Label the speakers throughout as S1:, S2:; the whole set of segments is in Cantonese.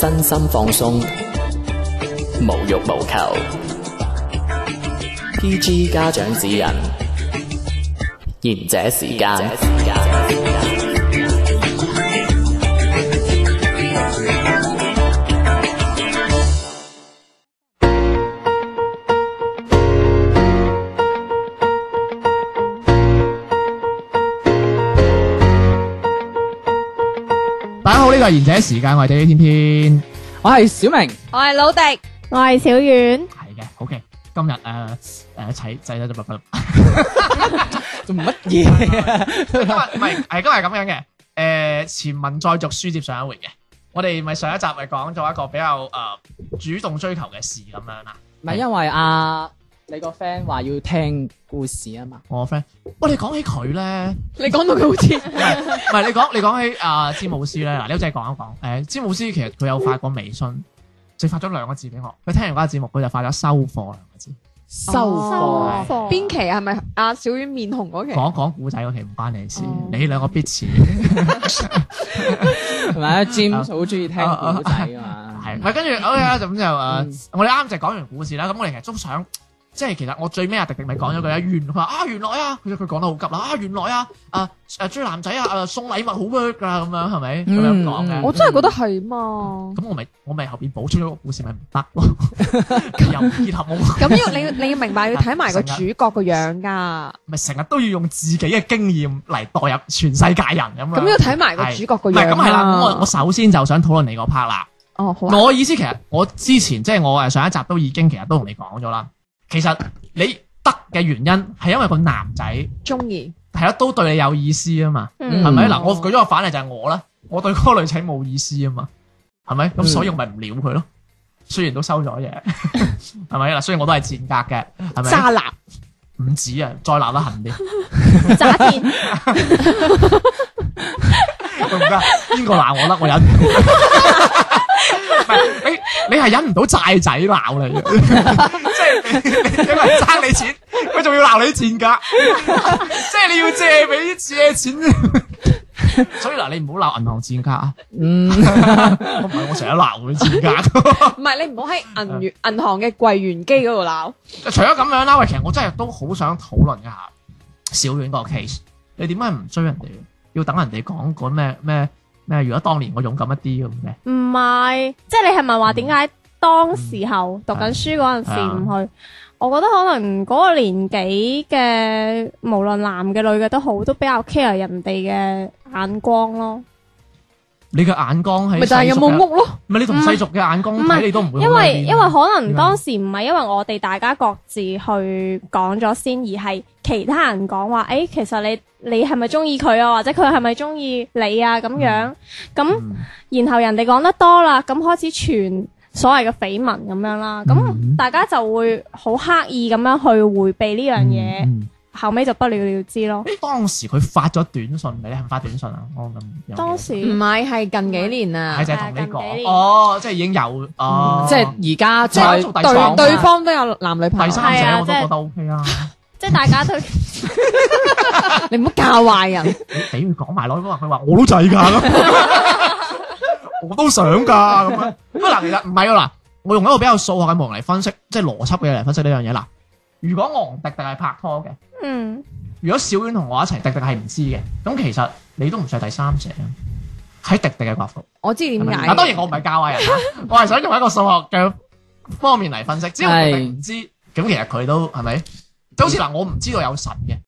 S1: 身心放鬆，無欲無求。PG 家長指引，賢者時間。
S2: 大家好，呢個係賢者時間，我係地天天。
S3: 我係小明，
S4: 我係老迪，
S5: 我係小遠，
S2: 係嘅，OK。今日誒誒齊齊得咗
S3: 做乜嘢啊？
S2: 今日唔係係今日係咁樣嘅。誒、呃前文再續，書接上一回嘅。我哋咪上一集咪講咗一個比較誒、呃主動追求嘅事咁樣啦。
S3: 唔係因為啊，你個 friend 話要聽故事啊嘛，
S2: 我 friend，喂，你講起佢咧，
S4: 你講到佢好似
S2: 唔係唔係你講你講起啊詹姆斯咧，嗱，你好似係講一講誒、呃詹姆斯其實佢有發過微信，淨發咗兩個字俾我。佢聽完嗰個節目，佢就發咗收貨兩個字，
S3: 收
S2: 哦
S3: 貨
S5: 課
S4: 邊期啊係咪阿小婉面紅嗰期？
S2: 講講古仔嗰期唔關你事，
S5: 哦
S2: 你兩個必似。
S3: 係咪啊？James 好中意聽古仔啊嘛，
S2: 係，咪跟住 OK 啊啦，咁就
S3: 嗯
S2: 誒，我哋啱就講完故事啦。咁我哋其實都想，即係其實我最尾阿迪迪咪講咗句啊，原佢話啊原來啊，佢佢講得好急啦，啊原來啊，啊誒追男仔啊，誒送禮物好 work 㗎咁樣係咪？咁樣講
S3: 嗯
S2: 嘅。
S4: 我真係覺得係嘛。
S2: 咁我咪我咪後邊補充咗個故事咪唔得咯， 又唔結合我，
S4: 咁要你你要明白要睇埋個主角個樣噶，
S2: 咪成日都要用自己嘅經驗嚟代入全世界人咁樣。
S4: 咁要睇埋個主角個
S2: 唔
S4: 樣
S2: 係咁係啦，咁我我
S4: 啊。
S2: 首先就想討論你個 part 啦。
S4: 哦，好啊。
S2: 我意思其實我之前即係我呃誒上一集都已經其實都同你講咗啦。其實你得嘅原因係因為個男仔
S4: 中意
S2: 係啦，都對你有意思啊嘛，
S5: 嗯
S2: 係咪？嗱、我舉咗個反例就係我啦，我對嗰個女仔冇意思啊嘛，係咪？
S4: 嗯
S2: 咁所以我咪唔撩佢咯。雖然都收咗 嘢，係咪嗱？雖然我都係賤格嘅，係咪？
S4: 渣男，
S2: 唔止啊，再鬧得狠啲，嗯
S5: 渣天，
S2: 得唔得？邊個鬧我得？我忍唔到。唔係你你係忍唔到債仔鬧你嘅，即係因為爭你錢，佢仲要鬧你賤格，即係你要借俾借錢。所以嗱，你唔好鬧銀行賤格啊！
S3: 嗯，
S2: 我唔係我成日鬧佢賤格。
S4: 唔係你唔好喺銀員銀行嘅櫃員機嗰度鬧，
S2: 除咗咁樣啦，喂，其實我真係都好想討論一下小遠個 case。你點解唔追人哋？要等人哋講嗰咩咩咩？如果當年我勇敢一啲咁嘅，
S5: 唔係，即係你係咪話點解當時候讀緊書嗰陣時
S2: 啊
S5: 唔去？我覺得可能嗰個年紀嘅，無論男嘅女嘅都好，都比較 care 人哋嘅眼光咯。
S2: 你嘅眼光係啊
S4: 咪就係有冇
S2: 世俗嘅？
S4: 屋咯？
S2: 唔係你同世俗嘅眼光
S5: 唔係
S2: 睇，你都唔會好啊
S5: 因為
S2: 兩面
S5: 因為可能當時唔係因為我哋大家各自去講咗先，而係其他人講話，誒、其實你你係咪中意佢啊，或者佢係咪中意你啊咁樣，咁、
S2: 嗯
S5: 然後人哋講得多啦，咁開始傳所謂嘅緋聞咁樣啦，
S2: 嗯
S5: 咁大家就會好刻意咁樣去迴避呢樣嘢，
S2: 嗯嗯
S5: 後尾就不了了之咯。
S2: 誒當時佢發咗短信俾你，係咪發短信啊？我咁
S5: 當時
S4: 唔
S2: 嗯
S4: 係係近幾年啊
S2: 係，就係同你
S5: 近幾
S2: 講，
S5: 年
S2: 哦，即係已經有哦，
S3: 嗯即係而家再
S2: 即係做第三
S3: 講
S4: 對
S2: 者
S4: 對方都有男女朋
S2: 第
S4: 友，
S2: 三
S5: 係
S2: 者
S5: 啊
S2: 我都
S5: 即係
S2: 覺得 OK 啊。
S5: 即係大家都
S4: 你唔好教壞人。
S2: 你俾佢講埋落去，佢話佢話我都制㗎咁， 我都想㗎咁樣。咁嗱，其實唔係啊嗱，我用一個比較數學嘅模型嚟分析，即係邏輯嘅嘢嚟分析呢樣嘢嗱。如果我同迪迪係拍拖嘅，
S5: 嗯
S2: 如果小遠同我一齊，迪迪係唔知嘅，咁其實你都唔算係第三者啊喺迪迪嘅角度。
S4: 我知點
S2: 係
S4: 解。
S2: 咪嗱，當然我唔係教壞 人啦，我係想用一個數學嘅方面嚟分析。只要佢哋唔知，咁其實佢都係咪？就
S4: 嗯
S2: 好似嗱，我唔知道有神嘅，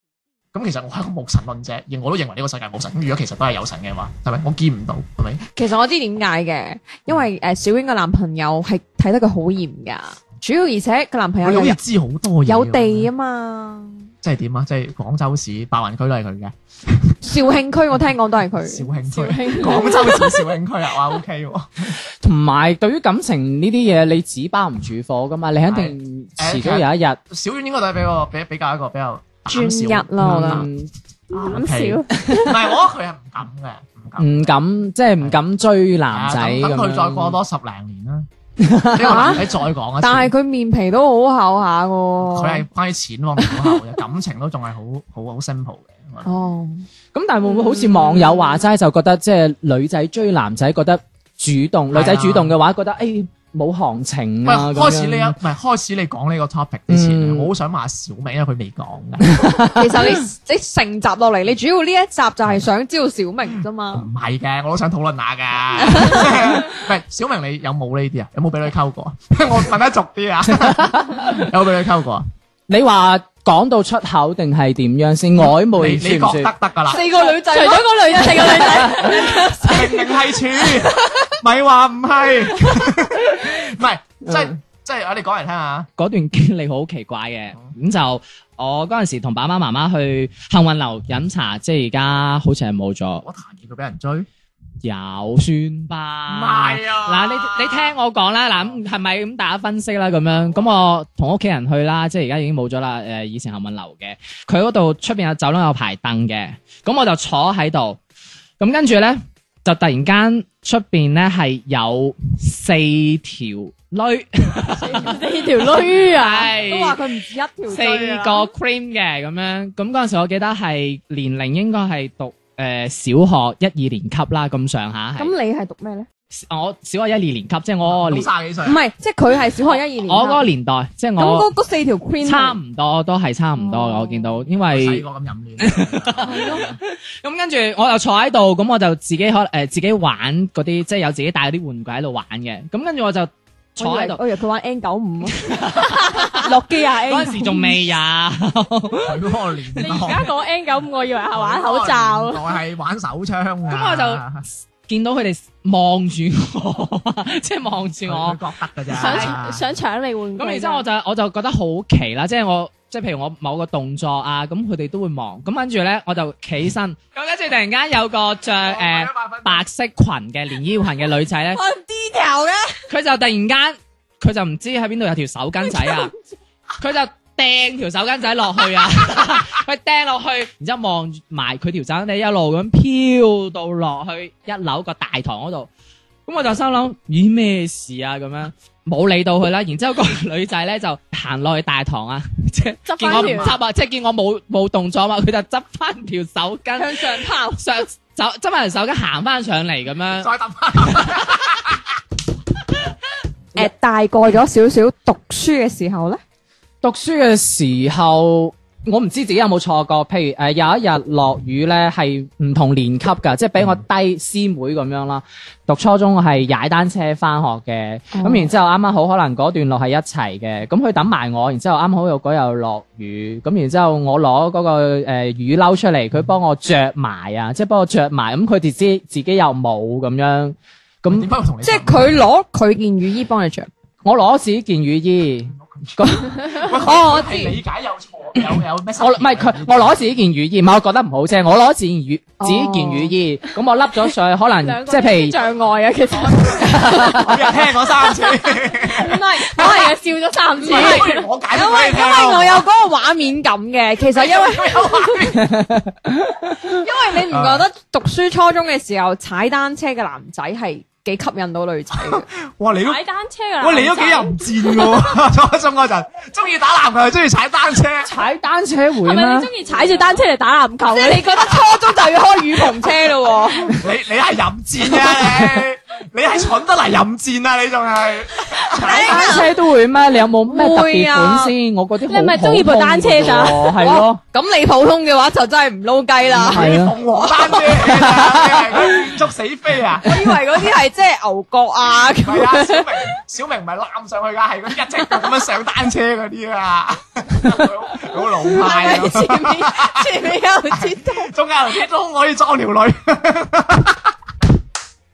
S2: 咁其實我係一個無神論者，而我都認為呢個世界冇神。咁如果其實都係有神嘅話，係咪？我見唔到，係咪？
S4: 其實我知點解嘅，因為誒小英嘅男朋友係睇得佢好嚴噶，主要而且佢男朋友
S2: 佢好似
S4: 啊有
S2: 知好多嘢。
S4: 有地啊，嘛，
S2: 即係點啊？即係廣州市白雲區都係佢嘅，
S4: 肇慶區我聽講都係佢
S2: 肇。慶區、 廣州市肇慶區啊，哇，OK 喎。
S3: 同埋對於感情呢啲嘢，你紙包唔住火噶嘛，你肯定遲早有一日
S2: 小遠應該都係比較比比較一個比較膽
S4: 專
S2: 小
S4: 一咯，我覺得。
S3: 嗯
S5: 膽
S2: OK
S5: 小，
S2: 唔啊係我覺得佢係唔敢嘅，唔敢。
S3: 唔敢，即係唔敢追男仔
S2: 啊
S3: 咁
S2: 等等佢
S3: 樣
S2: 再過多十零年 啦，呢個男仔再講一次。
S4: 但係佢面皮都好厚下
S2: 佢
S4: 噶。
S2: 係關於錢方面好厚嘅，感情都仲係好好好 simple 嘅。
S4: 哦，
S3: 咁但係會唔會好似網友話齋，就覺得即係女仔追男仔覺得主動，女仔主動嘅話，覺得誒冇行情
S2: 喂，
S3: 啊。咁
S2: 開始
S3: 樣
S2: 呢一唔係開始你講呢個 topic 之前咧，
S3: 嗯
S2: 我好想問下小明，因為佢未講嘅，
S4: 其實你你成集落嚟，你主要呢一集就係想知道小明啫嘛。
S2: 唔係嘅，我都想討論下㗎。唔係小明，你有冇呢啲啊？有冇俾佢溝過啊？ 我問得俗啲啊，有冇俾佢溝過啊？
S3: 你話講到出口定係點樣先？曖
S2: 你
S3: 昧
S2: 你
S3: 算
S2: 覺
S3: 唔算？
S2: 得得㗎啦？
S4: 四個女仔
S5: 除咗
S4: 咯，
S5: 個女仔，四個女仔，
S2: 明明係處，咪話唔係，唔係即係即係我哋講嚟聽下。
S6: 嗰段經歷好奇怪嘅，咁就我嗰陣時同爸爸媽媽去幸運樓飲茶，即係而家好似係冇咗，
S2: 我彈佢俾人追，
S6: 有算吧？
S2: 唔係啊
S6: 嗱，你你聽我講啦，
S5: 啊
S6: 嗱，係咪咁大家分析啦？咁樣，咁我同屋企人去啦，即係而家已經冇咗啦。誒，以前幸運樓嘅，佢嗰度出邊有走廊有排凳嘅，咁我就坐喺度，咁跟住咧就突然間出邊咧係有四條女，
S5: 四條女 啊！
S6: 係
S4: 都話佢唔止一條
S6: 四
S4: 隊啊
S6: 個 cream 嘅咁樣，咁嗰陣時我記得係年齡應該係讀誒、呃小學一二年級啦，咁上下係。
S4: 咁你係讀咩咧？
S6: 我小學一二年級，即係我個
S2: 啊咁
S6: 年
S2: 卅幾歲
S4: 唔。係，即係佢係小學一二年級。
S6: 我嗰個年代，即係
S4: 咁
S6: 我
S4: 嗰嗰四條 queen
S6: 差唔多都係差唔多嘅。
S4: 哦
S6: 我見到，因
S2: 細
S6: 為
S2: 個咁淫亂，
S6: 咁跟住我就坐喺度，咁我就自己可誒自己玩嗰啲，即係有自己帶嗰啲玩具喺度玩嘅。咁跟住我就坐喺度，啊
S4: 我以為佢玩 N 九五，諾基亞 N
S6: 嗰陣時仲未啊有。
S2: 佢嗰個年代，
S5: 你而家講 N 九五，我以為係玩口罩。
S2: 我係玩手槍㗎
S6: 咁我就 見到佢哋望住我， 即係望住我
S2: 佢。覺得㗎
S5: 想
S2: 咋。
S5: 想搶你玩具。
S6: 咁然之後我就我就覺得好奇啦，即係我即係譬如我某個動作啊，咁佢哋都會望。咁跟住咧，我就企身，咁跟住突然間有個着誒、呃白色裙嘅連衣裙嘅女仔咧，
S4: 咁 detail 嘅，
S6: 佢就突然間佢就唔知喺邊度有條手巾仔啊，佢就掟條手巾仔落去啊， 佢掟落去，然之後望埋佢條手巾仔一路咁飄到落去一樓個大堂嗰度。咁我就心諗，咦咩事啊？咁樣冇理到佢啦。然之後個女仔咧就行落去大堂啊， 即係
S5: 執
S6: 見
S5: 翻
S6: 我
S5: 條
S6: 唔執啊，即係見我冇冇動作嘛，佢就執翻條手巾
S4: 向上 拋。
S6: 上手執翻條手巾行翻上嚟咁樣。
S2: 再揼翻，
S4: 誒，大個咗少少，讀書嘅時候咧，
S3: 讀書嘅時候，我唔知自己有冇錯過。譬如誒、呃有一日落雨咧，係唔同年級㗎，即係比我低師妹咁樣啦。讀初中我係踩單車翻學嘅，咁、
S4: 哦
S3: 然之後啱啱好可能嗰段路係一齊嘅，咁佢等埋我，然之後啱好又嗰日落雨，咁然之後我攞嗰、個誒、呃、雨褸出嚟，佢幫我着埋啊，即係幫我着埋，咁佢哋知自己又冇咁樣，咁
S2: 點解我同你
S4: 即係
S2: 講
S4: 佢攞佢件雨衣幫你着。
S3: 我攞自己件雨衣。
S2: 喂
S4: 哦
S2: 佢
S4: 我知
S2: 係理解有錯，有有咩失
S3: 我
S2: 言
S3: 唔
S2: 嘅？
S3: 係佢，我攞自己件雨衣，唔係我覺得唔好啫。我攞自己件雨，自己件雨衣，咁我笠咗上去，可能
S5: 哦 兩個
S3: 即係譬
S5: 障礙啊，其實
S2: 我有聽過三次，
S5: 唔係，我係笑咗 三次。
S2: 不如我解
S4: 因
S2: 釋
S4: 為
S2: 俾
S4: 因
S2: 你
S4: 為我
S2: 聽。
S4: 有嗰個畫面感嘅，其實因 為因為你唔覺得讀書初中嘅時候踩單車嘅男仔係幾吸引到女仔 嘅？
S2: 哇，你都
S5: 踩單車啊！
S2: 喂，你都幾 淫賤嘅喎！初中嗰陣，中意打籃球，又中意踩單車，
S3: 如踩單車會
S5: 係咪
S3: 咩
S5: 你？中意踩住單車嚟打籃球啊
S4: 即係
S5: 嘅？
S4: 你覺得初中就要開雨篷車 咯喎？
S2: 你你係淫賤啊！你你係蠢得嚟淫賤啊！你仲係
S3: 踩 單車都會咩？你有冇咩特別款先？我嗰啲
S5: 啊你咪中意部單車咋
S3: 係咯，
S4: 咁你普通嘅話就真係唔撈雞啦。
S3: 係啊。
S2: 鳳凰單車嚟㗎，你係捉死飛啊！
S4: 我以為嗰啲係即係牛角啊，咁
S2: 係啊，小明小明唔係攬上去㗎，係嗰啲一隻腳咁樣上單車嗰啲啊！佢好老派啊！
S4: 前面前面有截圖，
S2: 中間有啲都可以裝條女，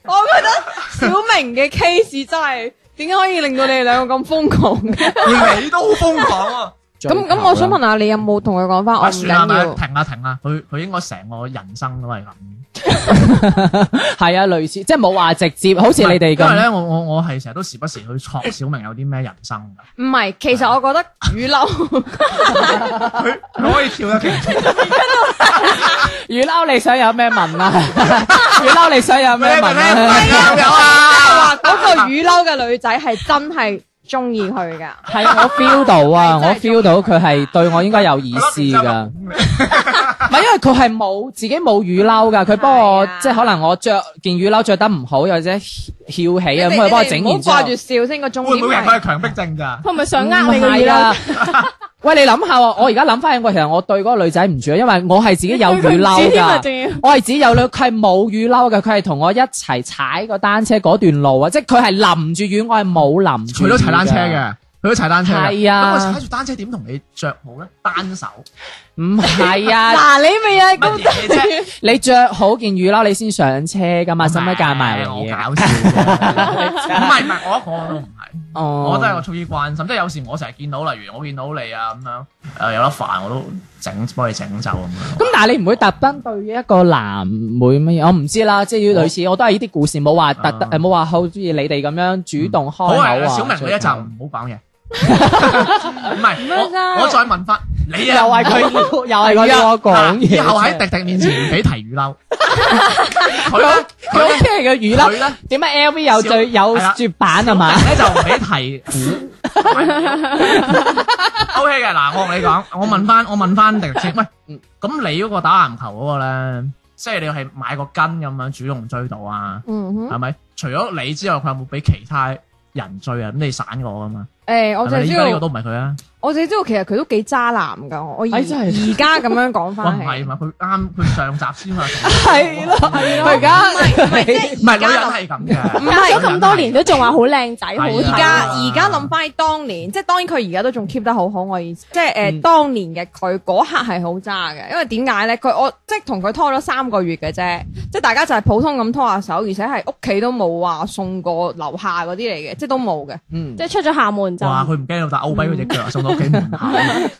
S4: 我覺得小明嘅 case 真係點解可以令到你哋兩個咁瘋狂嘅？
S2: 而你都好瘋狂啊！
S4: 咁咁，我想問下你有冇同佢講翻我唔
S2: 啊
S4: 緊
S2: 算啦，咪
S4: 要？
S2: 停啦停啦，佢佢應該成個人生都係咁。
S3: 係啊，類似即係冇話直接，好似你哋
S2: 因為
S3: 咁。
S2: 咧，我我我係成日都時不時去戳小明有啲咩人生㗎，
S4: 唔係，其
S3: 啊
S4: 實我覺得雨 褸
S2: 佢佢可以跳得幾
S3: 雨褸你想有咩問啊？ 雨褸你想有咩問啊？
S2: 有啊！
S4: 嗰個雨褸嘅女仔係真係中意佢
S3: 啊
S4: 噶。
S3: 係啊，我 feel 到啊，我 feel 到佢係對我應該有意思
S2: 係咯然之後
S3: 㗎。
S2: 就
S3: 唔係因為佢係冇自己冇雨褸㗎，佢幫我
S4: 係啊
S3: 即係可能我着件雨褸着得唔好，又或者翹起啊，咁佢幫我整完之後
S4: 挂。住笑先，个重
S2: 會
S4: 点
S2: 唔會
S4: 係
S2: 係強迫症㗎？
S5: 佢咪想呃你
S3: 唔
S5: 個
S3: 係
S5: 耳
S3: 啊！喂，你諗下喎，我而家諗翻起我，其實我對嗰個女仔唔住，啊因為我係自己有
S5: 佢
S3: 雨
S5: 唔知
S3: 褸
S5: 添啊
S3: 㗎。
S5: 仲要
S3: 我係自己有女，佢係冇雨褸㗎，佢係同我一齊踩個單車嗰段路啊，即係佢係淋住雨，我係冇淋住。
S2: 佢都踩單車。嘅，佢都踩單車嘅。
S3: 係啊
S2: 咁我踩住單車點同你着好咧？單手
S3: 唔係 啊，
S5: 嗱，你咪啊，
S2: 乜嘢啫？
S3: 你着好件雨褸，你先上車噶嘛，使唔使夾埋
S2: 我
S3: 嚟啊？
S2: 搞笑嘅。 唔係唔係，我一個都唔係。
S3: 哦
S2: 我都係我出於關心，即係有時我成日見到，例如我見到你啊咁樣，誒有得煩我都整幫你整走咁樣。
S3: 咁但係你唔會特登對一個男會乜嘢？我唔知啦，即係要類似，我都係呢啲故事，冇話特登，
S2: 啊
S3: 誒冇話好中意你哋咁樣主動開
S2: 好
S3: 口
S2: 啊，
S3: 啊。
S2: 小明
S3: 最
S2: 你一集
S3: 近
S2: 唔好講嘢。唔係，
S4: 樣啫
S2: 我我再問翻你
S3: 又
S2: 啊，
S3: 係佢，又係佢
S2: 係
S3: 叫
S2: 啊
S3: 我講嘢。
S2: 以後喺迪迪面前唔俾提 雨褸。佢咧，
S3: 佢
S2: 佢
S3: 屋企
S2: 咧，
S3: 嘅雨
S2: 佢
S3: 褸，
S2: 咧。
S3: 點解 LV 有最有絕版啊嘛？
S2: 咧就唔俾提股。O K 嘅，嗱，我同你講，我問翻，我問翻迪迪先，喂，咁你嗰個打籃球嗰個咧，即係你係買個筋咁樣主動追到啊，
S4: 嗯哼，
S2: 係咪？除咗你之外，佢有冇俾其他人追啊？咁你散過噶嘛？
S4: 诶，我
S2: 係
S4: 就
S2: 咪？
S4: 知
S2: 依家呢個
S4: 道，
S2: 都唔係佢啊，
S4: 我就知道，其實佢都幾渣男噶。我而
S3: 哎真係
S4: 而家咁樣講
S2: 哇唔
S4: 翻
S2: 係啊
S4: 係，
S2: 嘛？佢啱佢上集先嘛，
S3: 係咯，係咯，佢而 家
S2: 唔係女人係咁嘅，
S4: 唔
S5: 隔咗
S4: 係
S5: 咁多年都仲話好靚仔，好
S2: 係啊
S4: 而
S5: 睇
S4: 家
S5: 啊。
S4: 而家諗翻起當年，即係當然佢而家都仲 keep 得好好，我意思，即係诶、呃
S3: 嗯
S4: 當年嘅佢嗰刻係好渣嘅，因為點解咧？佢我即係同佢拖咗三個月嘅啫，即係大家就係普通咁拖下手，而且係屋企都冇話送過樓下嗰啲嚟嘅，即係都冇嘅。
S3: 嗯
S5: 即，係出咗校門就
S2: 哇！佢唔驚到打歐跛嗰只腳，送到屋企門口，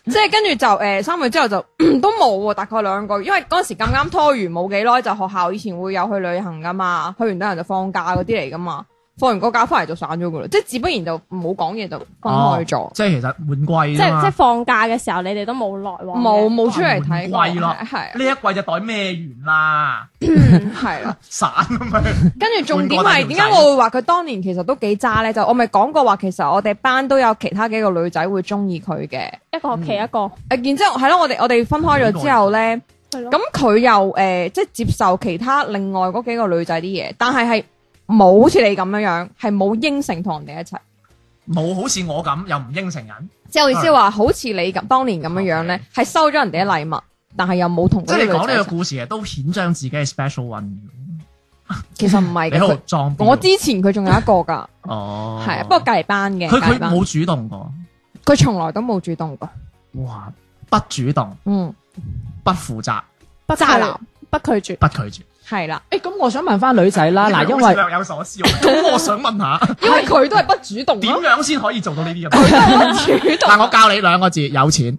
S4: 即係跟住就誒、呃三個月之後就都冇喎，大概兩個月，因為嗰陣時咁啱拖完冇幾耐，就學校以前會有去旅行噶嘛，去完旅行就放假嗰啲嚟噶嘛，放完個假翻嚟就散咗噶啦，即係自不然就唔好講嘢就分開咗，
S2: 哦即係其實換
S5: 即
S2: 季啫啊
S5: 係即係
S2: 嘛。
S5: 放假嘅時候，你哋都冇來往嘅。
S4: 冇冇出嚟睇過，
S2: 換季咯
S4: 係係嗯
S2: 呢一季就袋咩完啦？
S4: 係啦。
S2: 散咁樣。
S4: 跟住重點
S2: 換過
S4: 係
S2: 大條仔
S4: 點解我會話佢當年其實都幾渣咧？就我咪講過話，其實我哋班都有其他幾個女仔會中意佢嘅。
S5: 一個學期一個，
S4: 誒，然之後係咯，我哋我哋分開咗之後咧。
S5: 係咯
S4: 咁佢又誒、呃即係接受其他另外嗰幾個女仔啲嘢，但係係冇好似你咁樣樣，係冇應承同人哋一齊。
S2: 冇好似我咁又唔應承人，
S4: 即係我意思話，好似你咁當年咁樣樣咧
S2: Okay，
S4: 係收咗人哋嘅禮物，但係又冇同
S2: 即
S4: 嗰
S2: 係
S4: 啲
S2: 你
S4: 女
S2: 講呢
S4: 仔一
S2: 個
S4: 齊。
S2: 故事嘅都顯彰自己係 special one
S4: 其實唔係
S2: 嘅。你
S4: 嘅，
S2: 喺
S4: 佢
S2: 度裝逼喎
S4: 我之前佢仲有一個㗎，
S2: 哦，
S4: 係啊，不過隔離班嘅，
S2: 佢
S4: 隔離
S2: 佢
S4: 班
S2: 冇主動過，
S4: 佢從來都冇主動過。
S2: 哇！不主動，
S4: 嗯，
S2: 不負責，
S5: 不
S4: 渣男
S5: 拒不拒絕。
S2: 不拒絕。
S4: 係啦，
S3: 誒咁我想問翻女仔啊啦，嗱，因
S2: 好似
S3: 為
S2: 略有所思喎，咁我想問下，
S4: 因為佢都係不主動
S2: 點
S4: 咯，
S2: 樣先可以做到呢啲咁？
S4: 主動
S2: 嗱，我教你兩個字，有錢。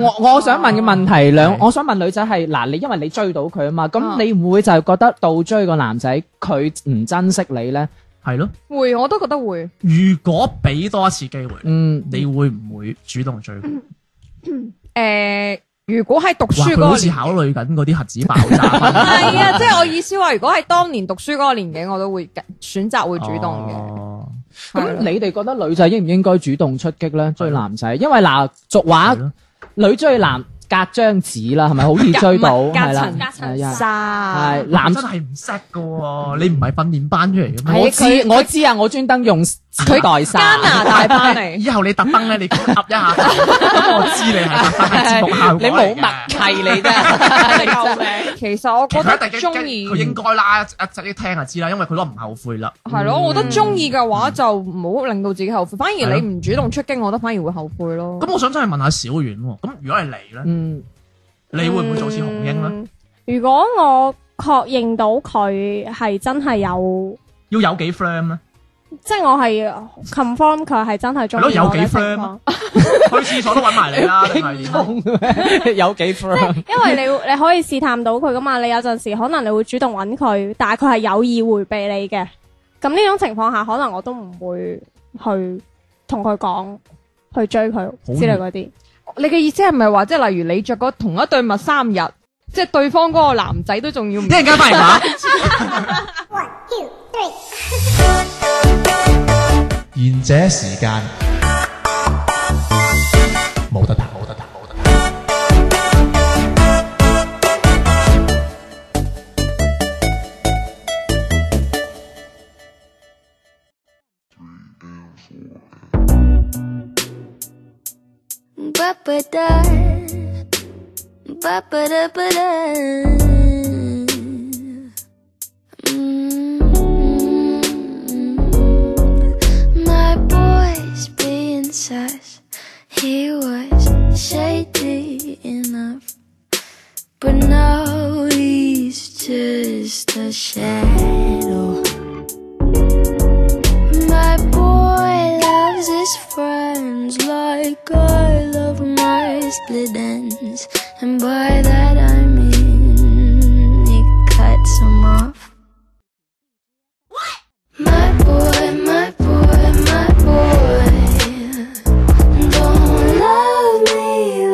S3: 我我想問嘅問題兩，
S2: 係
S3: 我想問女仔係嗱，你因為你追到佢啊嘛，
S4: 啊
S3: 咁你會唔會就係覺得倒追個男仔佢唔珍惜你咧？
S2: 係咯。
S4: 會，我都覺得會。
S2: 如果俾多一次機會，
S3: 嗯，
S2: 你會唔會主動追佢？
S4: 誒、如果喺讀
S2: 哇！
S4: 嗯書嗰
S2: 佢
S4: 個
S2: 好似
S4: 年
S2: 考慮緊嗰啲核子爆炸。
S4: 係啊，即係我意思話，如果係當年讀書嗰個年紀，我都會選擇 會主動嘅。
S2: 嘅。
S4: 係
S3: 咁
S4: 咯
S3: 你哋覺得女仔應唔應該主動出擊咧追男仔？因為嗱，俗話
S4: 啊
S2: 係咯
S3: 女追男隔張紙啦，係咪好易追到？
S4: 隔唔係隔
S3: 係啦
S4: 層，
S5: 隔層
S3: 係啊
S4: 渣
S3: 係男
S2: 真係唔識噶喎，你唔係訓練班出嚟嘅咩？
S3: 我知我知啊，我專登用紙袋衫。
S4: 加拿大翻嚟，
S2: 以後你特登咧，你噏一下，咁我知你係特登嘅節目效果
S3: 你冇
S2: 嚟
S3: 默
S2: 嘅。
S3: 契，你啫。
S4: 其實我
S2: 其
S4: 覺
S2: 實
S4: 得
S2: 第一
S4: 中意
S2: 佢應該啦，一一一聽就知啦，因為佢都唔後悔啦。
S4: 係咯，我覺得中意嘅話就唔好令到自己後悔，反而
S2: 係咯
S4: 你唔主動出擊，我覺得反而會後悔咯。
S2: 咁我想真係問下小遠喎，咁如果係你 咧，
S3: 嗯，
S2: 你會唔會做似紅英啊咧？
S5: 嗯如果我確認到佢係真係有，
S2: 要有幾啊 friend 咧？
S5: 即係我係 confirm 佢係真係中意
S2: 係
S5: 我
S2: 咯有幾
S5: 嘅情
S2: friend 啊
S5: 況，
S2: 去廁所都揾埋你 啦，定係點啊呢
S3: 痛嘅有幾 friend？
S5: 因為你會你可以試探到佢噶嘛，你有陣時可能你會主動揾佢，但係佢係有意迴避你嘅，咁呢種情況下可能我都唔會去同佢講去追佢之類嗰啲。
S4: 你嘅意思係咪話，即係例如你着嗰同一對襪三日，即係對方嗰個男仔都仲要唔
S2: 一？陣間翻嚟打。
S7: 賢者時間冇得彈，冇得彈，冇得彈。
S8: Ba-ba-da, ba-ba-da-ba-da. Mm-hmm. Mm. My boy's being sus. He was shady enough, but now he's just a shadow. My boy loves his friends like I love my split ends. And by that I mean he cuts them off. My boy, my boy, my boy. Don't love me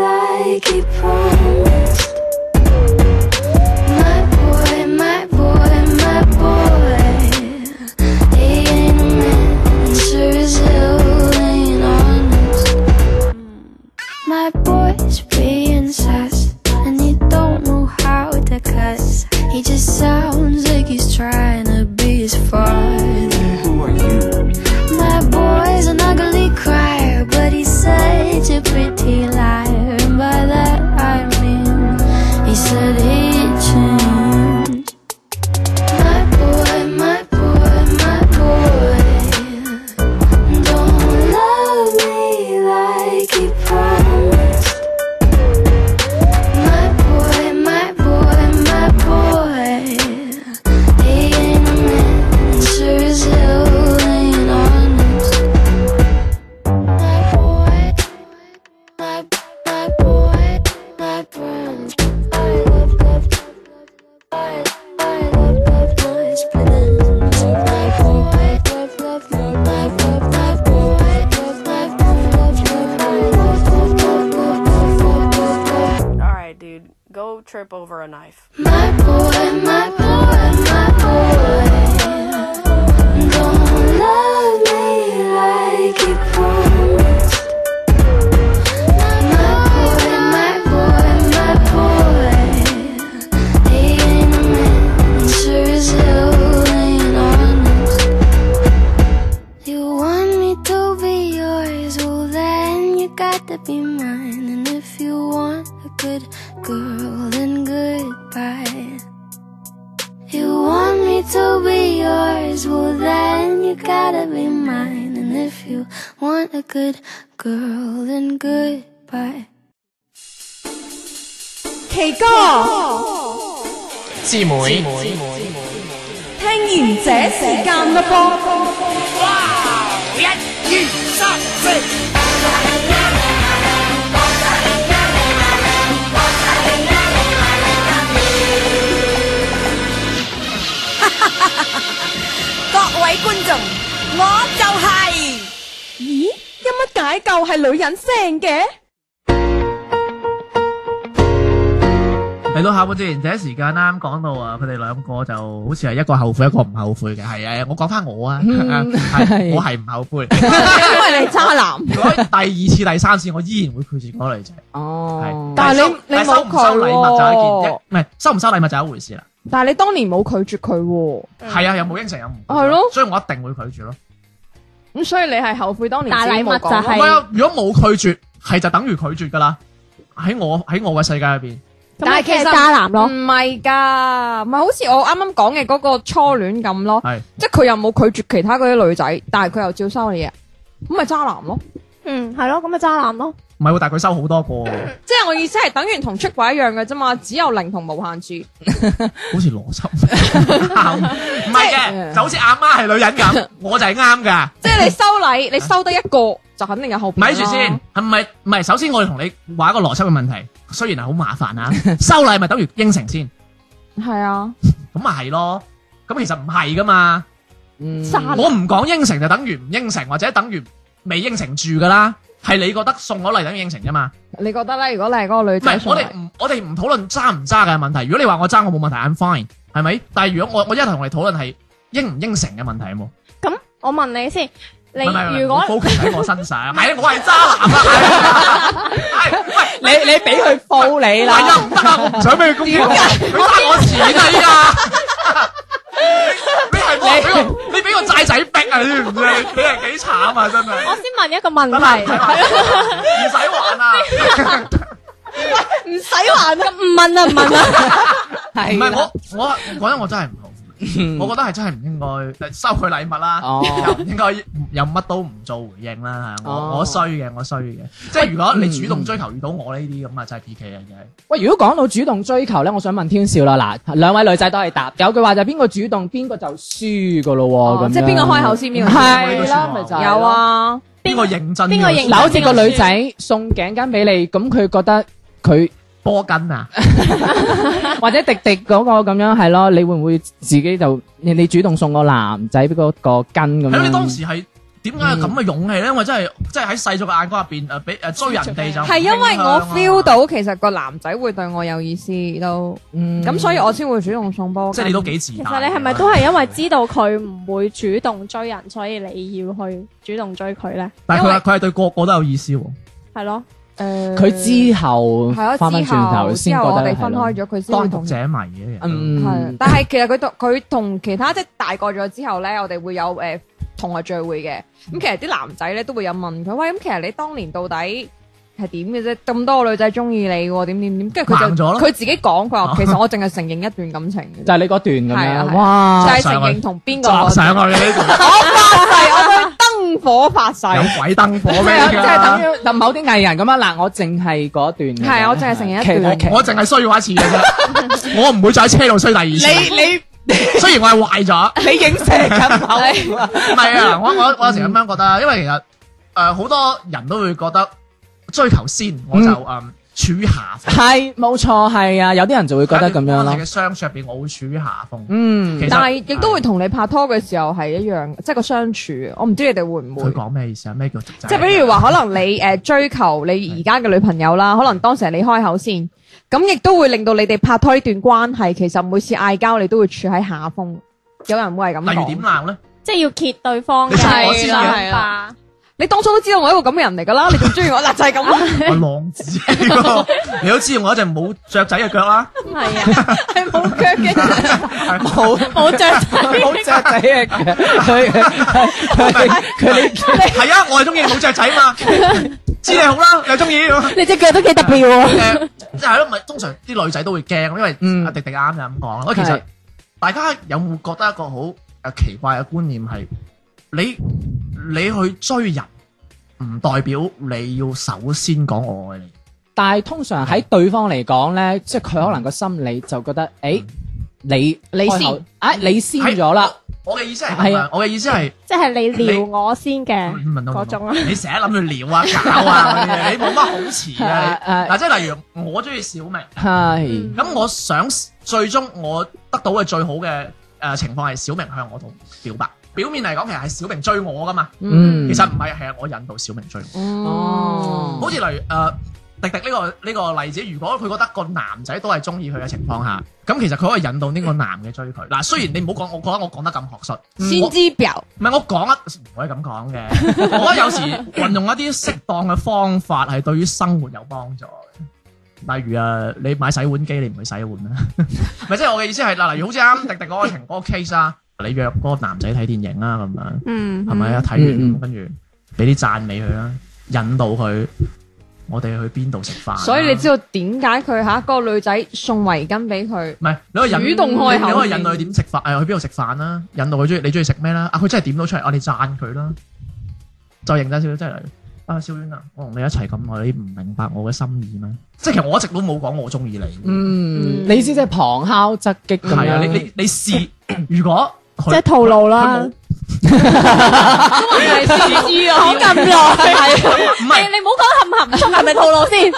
S8: like he promised. My boy, my boy, my boy. He ain't a man, sure as hell ain't honest. My boy's being sus, and he don't know how to cuss. He just sounds like he's trying to be his father. My boy's an ugly crier, but he's such a pretty liar. And by that I mean, he said he changed. My boy, my boy, my boy, don't love me like he promised. My boy, my boy, my boy, he ain't a man, sure as hell ain't honest. My boy, my my boy, my boy, I love, love, I I love, love, my splendors. My boy, love, love, love, my boy, my boy, love, love, love, love, I love, love, love, love, love, love, love.
S9: Alright, dude. Go trip over a knife.
S8: My boy, my boy, my boy, don't love me like he promised. My boy, my boy, my boy, he ain't a man, sure as hell ain't honest. You want me to be yours, well then you got to be mine. And if you want a good girl, then goodbye. You want me to be yours, well then you gotta be mine. And if you want a good girl, then goodbye.
S10: 奇哥，
S2: 姊妹，
S10: 聽完這時間 嘞噃。各位觀眾，我就係、咦？有乜解救係女人聲嘅？
S2: 嚟到下半節第一時間啱啱講到啊，佢哋兩個就好似係一個後悔，一個唔後悔嘅。係啊，我講翻我 啊，
S4: 嗯
S2: 係我係唔後悔。
S4: 因為你渣男。
S2: 如果第二次、第三次，我依然會拒絕嗰個女仔。
S4: 哦
S2: 係，
S4: 但
S2: 係
S4: 係你
S2: 收
S4: 你
S2: 但係收
S4: 冇
S2: 唔收
S4: 佢
S2: 禮物就係一
S4: 喎
S2: 件，一，唔係收唔收禮物就一回事啦。
S4: 但係你當年冇拒絕佢喎，
S2: 係啊，有冇應承有唔拒絕
S4: 嗯係咯
S2: 所以我一定會拒絕咯。
S4: 咁所以你係後悔當年
S5: 但
S4: 自己
S5: 禮物
S4: 冇講
S5: 就
S2: 唔
S5: 係
S2: 係啊，如果冇拒絕，係就等於拒絕㗎啦。喺我喺我嘅世界入邊，
S4: 但係其實
S5: 渣男咯
S4: 唔，係㗎，唔係好似我啱啱講嘅嗰個初戀咁咯，
S2: 係
S4: 即係佢又冇拒絕其他嗰啲女仔，但係佢又照收你嘢，咁咪渣男咯。
S5: 嗯，係咯，咁咪渣男咯，
S2: 唔係喎？但係佢收好多個喎，
S4: 即係我意思係等於同出軌一樣嘅啫嘛，只有零同無限住。
S2: 好似邏輯唔係嘅，就好似阿媽係女人咁， 我就係啱㗎。
S4: 即係你收禮，你收得一個就肯定有後邊。
S2: 咪住先，，
S4: 哦
S2: 係咪？唔係，首先我哋同你話一個邏輯嘅問題，雖然係好麻煩啊，收禮咪等於應承先，
S4: 係啊，
S2: 咁咪係咯。咁其實唔係噶嘛，
S4: 渣男
S2: 我唔講應承就等於唔應承，或者等於未應承住噶啦。係你覺得送咗禮等於應承啫嘛？
S4: 你覺得咧？如果你係嗰個女
S2: 唔係
S4: 仔，，
S2: 我哋唔我哋唔討論揸唔揸嘅問題。如果你話我揸，我冇問題，I'm fine，係咪？但係如果我我一係同你討論係應唔應承嘅問題喎。
S5: 咁我問你先，
S2: 唔係唔係
S5: 你
S2: 唔係
S5: 如果
S2: 我 focus 喺我身上，係我係渣男啊！係喂。
S3: 你你俾佢報你
S2: 哎呀
S3: 啦，
S2: 唔得啊！我唔想俾佢攻擊我，佢爭我錢啊！依家你係我俾我，你俾個債仔逼啊！你知唔知啊？你人幾慘啊！真係
S5: 我先問一個問
S2: 得啦，唔使
S5: 題，
S2: 玩唔使玩啊 啦。
S5: 唔使還咁唔問啦，唔問啦。
S2: 唔
S6: 係
S2: 係
S6: 啦
S2: 我我我覺得我真係唔好。我覺得係真係唔應該收佢禮物啦，
S6: 哦
S2: 又唔應該又乜都唔做回應啦。係
S6: 哦
S2: 我我衰嘅，我衰嘅。即係如果你主動追求遇到我呢啲咁啊，真係 P K 啊，真係。
S3: 喂，如果講到主動追求咧，我想問天少啦，嗱，兩位女仔都係答，有句話就係邊個主動邊個就輸噶咯喎，咁、
S4: 哦即係邊個開口先邊個
S2: 先
S3: 係啦，
S2: 呢個
S3: 咪就
S2: 說
S3: 係咯
S2: 話
S4: 有。啊，
S2: 邊個認真？
S5: 邊個認
S3: 嗱，好似個女仔送頸巾俾你，咁佢覺得佢
S2: 波根啊？
S3: 或者迪迪嗰個咁樣係咯，你會唔會自己就你你主動送個男仔俾嗰個巾咁
S2: 係咯，你當
S3: 樣？
S2: 時係點解有咁嘅勇氣咧？我真係真係喺世俗嘅眼光入邊誒，俾誒追人哋就唔
S4: 係因為我
S2: 傾向啊
S4: feel，到其實個男仔會對我有意思都，
S3: 嗯
S4: 咁所以我先會主動送波。
S2: 即係你都幾自
S5: 其
S2: 大
S5: 實你係咪都係因為知道佢唔會主動追人，所以你要去主動追佢咧？
S2: 但係佢
S4: 因為
S2: 話佢係對個個都有意思喎。
S5: 係咯，
S4: 誒
S3: 佢之後
S4: 係咯，啊
S3: 翻
S4: 之
S3: 翻
S4: 後
S3: 轉頭先覺
S4: 之後我
S3: 得
S4: 哋
S3: 係
S4: 分
S3: 咯
S4: 開，咗，佢先會
S2: 當
S4: 同
S2: 局者迷嘅，嗯，
S4: 係
S3: 嗯，
S4: 但係其實佢同佢同其他即係大個咗之後咧，我哋會有誒、呃同學聚會嘅。咁其實啲男仔咧都會有問佢，喂，咁其實你當年到底係點嘅啫？咁多個女仔中意你喎，點點點，跟住佢
S2: 盲
S4: 就
S2: 咗咯哦
S4: 佢自己講，佢話其實我淨係承認一段感情 嘅
S3: 就
S4: 啫，
S3: 係你嗰段
S4: 係啊
S3: 咁樣，
S4: 係啊
S3: 哇！
S4: 就係
S2: 上
S4: 承
S2: 去
S4: 認同邊個
S2: 作
S4: 我
S2: 上去呢度
S4: 發誓，我對燈火發誓，
S2: 有鬼燈火咩？
S3: 即係等於等某啲藝人咁啊！嗱，我淨係嗰段嘅啫，
S4: 係我淨係成日一
S3: 其他
S4: 段
S3: 其
S2: 我淨係衰過一次嘅 啫，我唔會再喺車度衰第二次。
S3: 你
S2: 雖然我係壞咗，
S3: 你影射緊
S4: 係
S3: 我，
S2: 唔係啊！我我我有
S3: 嗯
S2: 時咁樣覺得，因為其實誒好多人都會覺得追求先，我就
S3: 嗯
S2: 誒處於下 風。
S3: 係冇錯係啊！有啲人就會覺得咁樣
S2: 喺
S3: 咯
S2: 你，嘅相處入邊，我會處於下風。
S3: 嗯
S2: 其，實
S4: 但係亦都會同你拍拖嘅時候係一樣，即係個相處。我唔知你哋會唔會
S2: 佢。講咩意思啊？咩叫直仔？
S4: 即係比如話，可能你誒、呃追求你而家嘅女朋友啦，可能當時係你開口先，咁亦都會令到你哋拍拖呢段關係，其實每次嗌交你都會處喺下風。有人會係咁
S2: 例如點啊
S4: 講。
S2: 鬧咧？
S5: 即係要揭對方
S2: 你
S5: 嘅
S2: 知
S4: 我知啦
S5: 諗法。
S4: 你當初都知道我係一個咁嘅人嚟㗎啦， 你仲中意我嗱就係咁啦，
S2: 我浪 子嚟㗎，你都知我一隻冇雀仔嘅腳啦，
S5: 係啊，
S4: 係冇腳嘅。
S3: 冇
S5: 冇着
S3: 冇雀仔嘅，佢佢佢佢呢
S2: 係啊，我係中意冇雀 仔嘛，知你好啦，又中意咁
S5: 你只腳都幾特 別喎。
S2: 誒，即係咯，咪通常啲女仔都會驚，因為
S3: 嗯
S2: 阿迪迪啱就咁講啦。喂，其
S3: 係
S2: 實大家有冇覺得一個好誒奇怪嘅觀念係，你你去追人，唔代表你要首先講我愛你。
S3: 但係通常喺對方嚟講咧，即係佢可能個心理就覺得，誒你
S4: 你
S3: 開口
S4: 先，
S3: 啊你先咗啦，
S2: 我嘅意思係咁
S3: 係
S2: 樣
S3: 啊，
S2: 我嘅意思係
S5: 即係你撩我先嘅
S2: 問到
S5: 嗰種啊，
S2: 你成日諗住撩啊、搞啊嗰啲嘢，你冇乜好詞嘅。
S3: 係係
S2: 你嗱，即係例如我中意小明，
S3: 係
S2: 咁我想最終我得到嘅最好嘅誒情況係小明向我度表白。表面嚟講，其實係小明追我噶嘛。
S3: 嗯，
S2: 其實唔係，係我引導小明追我。
S3: 哦
S2: 好似例如誒、呃迪迪呢、個呢、個例子，如果佢覺得個男仔都係中意佢嘅情況下，咁其實佢可以引導呢個男嘅追佢。嗱，雖然你唔好講，我覺得我講得咁學術，
S4: 先知表
S2: 唔係我講啊，唔可以咁講嘅。 我覺得有時運用一啲適當嘅方法係對於生活有幫助嘅。例如啊，你買洗碗機，你唔會洗碗啦。 咪即係我嘅意思係嗱，例如好似啱迪迪嗰個情嗰個 case 啊，你約嗰個男仔睇電影啦啊咁樣。
S5: 嗯，
S2: 係咪啊？睇
S3: 嗯
S2: 完咁
S3: 嗯
S2: 跟住俾啲讚美佢啦，引導佢，我哋去邊度食飯啊。
S4: 所以你知道點解佢嚇嗰個女仔送圍巾俾 佢，
S2: 唔係你可以引
S4: 主動開口
S2: 你可以引導佢點食飯，誒去邊度食飯啦，引導佢中意你中意食咩啦。啊，佢真係點到出嚟，我哋讚佢啦。就認真少少，真係嚟啊，小婉啊，我同你一齊咁耐，你唔明白我嘅心意咩？即係其實我一直都冇講我中意你。
S3: 嗯，你意思即係旁敲側擊咁
S2: 係啊，
S3: 樣，
S2: 你你你試，如果
S5: 即係
S2: 佢
S5: 套路啦
S2: 佢。
S4: 係先知啊
S5: 講咁耐，
S2: 唔係
S5: 你你唔好講含含蓄係咪套路先？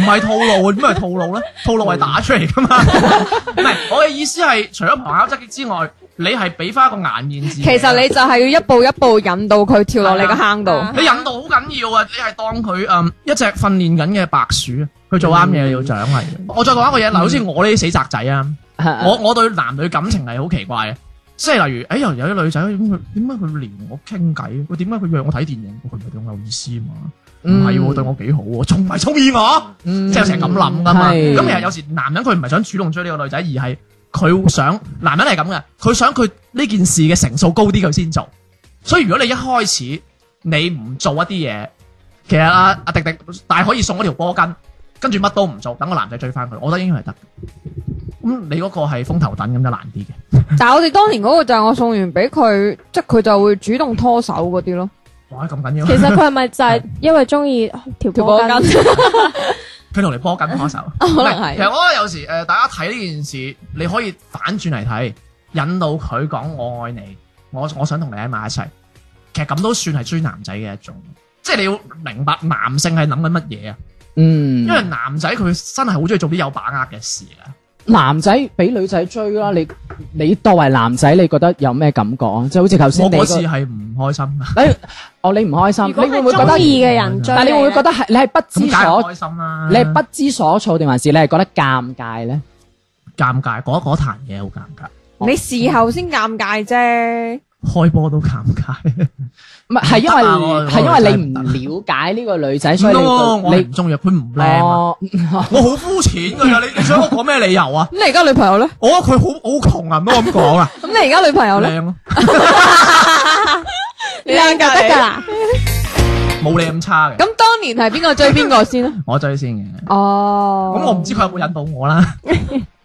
S2: 唔係套路啊，點解係套路咧？套路係打出嚟噶 嘛。唔係，我嘅意思係，除咗旁敲側擊之外，你係俾翻一個顏面啊字。
S4: 其實你就係要一步一步引導佢跳落你個坑度。
S2: 你引導好緊要啊！你係當佢嗯一隻訓練緊嘅白鼠啊，佢做啱嘢你要獎勵。我再講一個嘢，嗱，好似我呢啲死宅仔啊，我我對男女感情係好奇怪嘅。啊即係例如，哎呀，有啲女仔點佢點解佢撩我傾偈？佢點解佢約我睇電影？佢唔係對我有意思嘛？唔係喎，對我幾好喎，仲唔係中意我？
S3: 嗯
S2: 即係成日咁諗噶
S5: 嗯
S2: 嘛。
S3: 係
S2: 咁其實有時男人佢唔係想主動追呢個女仔，而係佢想男人係咁嘅，佢想佢呢件事嘅成數高啲佢先做。所以如果你一開始你唔做一啲嘢，其實阿阿迪迪但係可以送一條波巾，跟住乜都唔做，等個男仔追翻佢，我覺得應該係得嘅。咁你嗰個係風頭等咁就難啲嘅。
S4: 但係我哋當年嗰個就係我送完俾佢，即係佢就會主動拖手嗰啲咯。
S2: 哇！咁緊要，
S5: 其實佢係咪就係因為中意條
S4: 條
S5: 波
S4: 波
S5: 巾？
S2: 佢同你波緊 拖手，
S3: 哦
S4: 可能係
S2: 其實我覺得有時誒、呃大家睇呢件事，你可以反轉嚟睇，引導佢講我愛你，我我想同你喺埋一齊。其實咁都算係追男仔嘅一種，即係你要明白男性係諗緊乜嘢啊？
S3: 嗯，
S2: 因為男仔佢真係好中意做啲有把握嘅事啊。
S3: 男仔俾女仔追啦，你你作為男仔，你覺得有咩感覺啊？即係好似頭
S2: 我
S3: 先你
S2: 嗰次
S3: 個，
S2: 係唔開心啊噶，
S3: 你哦你唔開心，
S5: 如
S3: 你
S5: 果
S3: 會
S5: 係
S3: 唔會覺
S5: 中
S3: 得？
S5: 意嘅人追，
S3: 但你會唔會覺
S5: 得？
S3: 得係你係不
S2: 咁
S3: 知
S2: 梗係唔
S3: 所
S2: 開心啦。
S3: 你係不知所措定還是你係覺得尷尬咧？
S2: 尷尬，嗰嗰壇嘢好尷尬，
S4: 你事後先尷尬啫，
S2: 開波都尷尬。
S3: 唔係係因
S2: 唔得啊我
S3: 為係因為
S2: 我真
S3: 你唔了解呢個女仔，所以你
S2: 唔我
S3: 對
S2: 係唔
S3: 你
S2: 中意佢唔靚啊，
S3: 哦
S2: 我好膚淺㗎咋。你你想我講咩理由啊？
S4: 咁你而家女朋友咧？
S2: 我覺得佢好好窮啊，唔好咁講啊，
S4: 咁你而家女朋友咧？
S2: 靚咯，
S4: 你兩格
S5: 得㗎啦，
S2: 冇你咁差嘅，
S4: 咁當年係邊個追邊個先咧？
S2: 我追先嘅。
S4: 哦，
S2: 咁我唔知佢有冇引導我啦。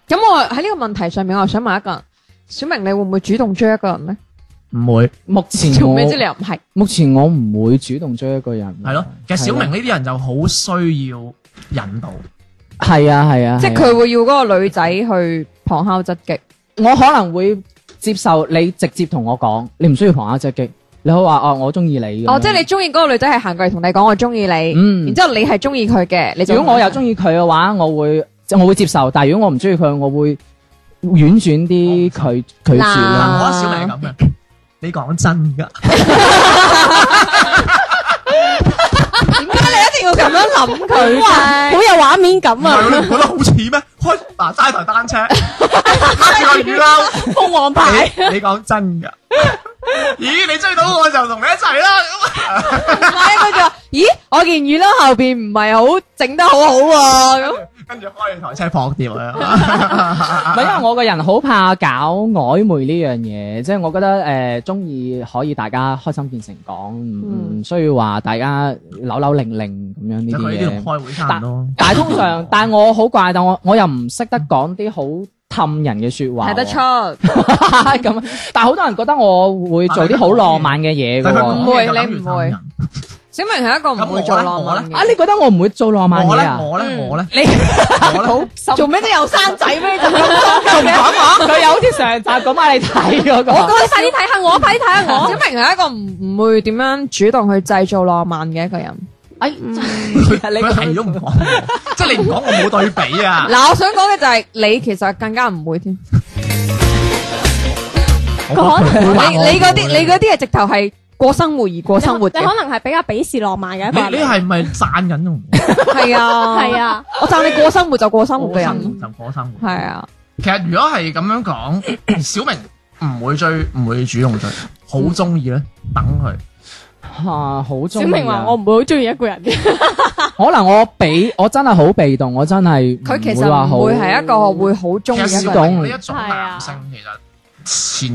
S4: 咁我喺呢個問題上面，我想問一個人，小明你會唔會主動追一個人咧？
S2: 唔會
S3: 目前
S4: 做
S3: 我
S4: 咩知你又唔係？
S3: 目前我唔會主動追一個人，啊
S2: 係咯，其實小明呢啲人就好需要引導。
S3: 係啊係啊，
S4: 即係
S3: 係啊
S4: 佢會要嗰個女仔去旁敲側擊。
S3: 我可能會接受你直接同我講，你唔需要旁敲側擊，你可以話哦我中意你咁樣。
S4: 哦，即係你中意嗰個女仔係行過嚟同你講我中意你，
S3: 嗯
S4: 然之後你係中意佢嘅，你就
S3: 如果我又中意佢嘅話，我會即係我會接受，但係如果我唔中意佢，我會婉轉啲拒拒絕
S2: 我
S3: 啦。
S2: 覺得小明係咁嘅，你講真㗎。
S4: 一定要咁樣諗佢
S5: 哇，好
S4: 啫。
S5: 有畫面感
S2: 唔係
S5: 啊！
S2: 你唔覺得好似咩？開嗱揸台單車，揸住個雨褸，
S5: 鳳凰牌，
S2: 你你講真㗎？咦，你追到我就同你一齊啦！
S4: 唔係佢就 話：咦，我件雨褸後邊唔係好整得好好喎。咁
S2: 跟住開住台車撲啊掉啦。
S3: 唔係因為我個人好怕搞曖昧呢樣嘢，即係我覺得誒中意可以大家開心見誠講，唔唔需要話大家扭扭擰擰咁樣呢
S2: 就佢
S3: 啲
S2: 呢啲同
S3: 嘢。
S2: 開會差唔多。
S3: 但係通常，但係我好怪，但我我又唔識得講啲好氹人嘅説話喎。
S4: 睇得出，
S3: 咁，但係好多人覺得我會做啲好浪漫嘅嘢㗎
S2: 但係佢
S3: 喎
S2: 講。
S4: 唔會
S2: 嘢就等於
S4: 你唔會
S2: 氹人
S4: 小明係一個唔會做浪漫
S3: 啊！
S4: 嘅。
S3: 你覺得我唔會做浪漫
S2: 我
S3: 嘢
S2: 咧，
S3: 啊？
S2: 我咧，我咧，
S3: 你
S2: 我 咧。
S4: 做咩都有生仔咩？
S3: 佢有好似上集講埋你睇嗰個。
S4: 我
S5: 你快啲睇下我，快啲睇下
S4: 小
S5: 我。
S4: 明係一個唔唔會點樣主動去製造浪漫嘅一個人。
S3: 哎，
S2: 佢
S4: 啊
S3: 你
S2: 佢係都唔講我，即係你唔講我冇對比啊！
S4: 嗱，我想講嘅就係你其實更加唔會添。
S2: 我覺得佢
S4: 你
S2: 話我
S4: 你嗰啲你嗰啲係直頭係過生活而過生活
S5: 你
S4: 嘅，
S5: 可能係比較鄙視浪漫嘅一個
S2: 你你
S5: 人。
S2: 係咪讚緊我？
S4: 係啊
S5: 係，啊，
S4: 我讚你過生活就過生活嘅
S2: 過生
S4: 人，
S2: 活就過生活。
S4: 係啊，
S2: 其實如果係咁樣講，小明唔會追，唔會主動追，好中意咧，等佢。
S3: 啊，好中
S5: 小
S3: 意啊。
S5: 明話我唔會好中意一個人嘅，
S3: 可能我被我真係好被動，我真係
S4: 佢其
S3: 唔會話
S4: 實
S3: 好
S4: 唔會係一個會好中
S2: 其
S4: 意啊
S2: 實
S4: 一
S2: 小
S4: 個人。
S2: 明呢一種男性，其實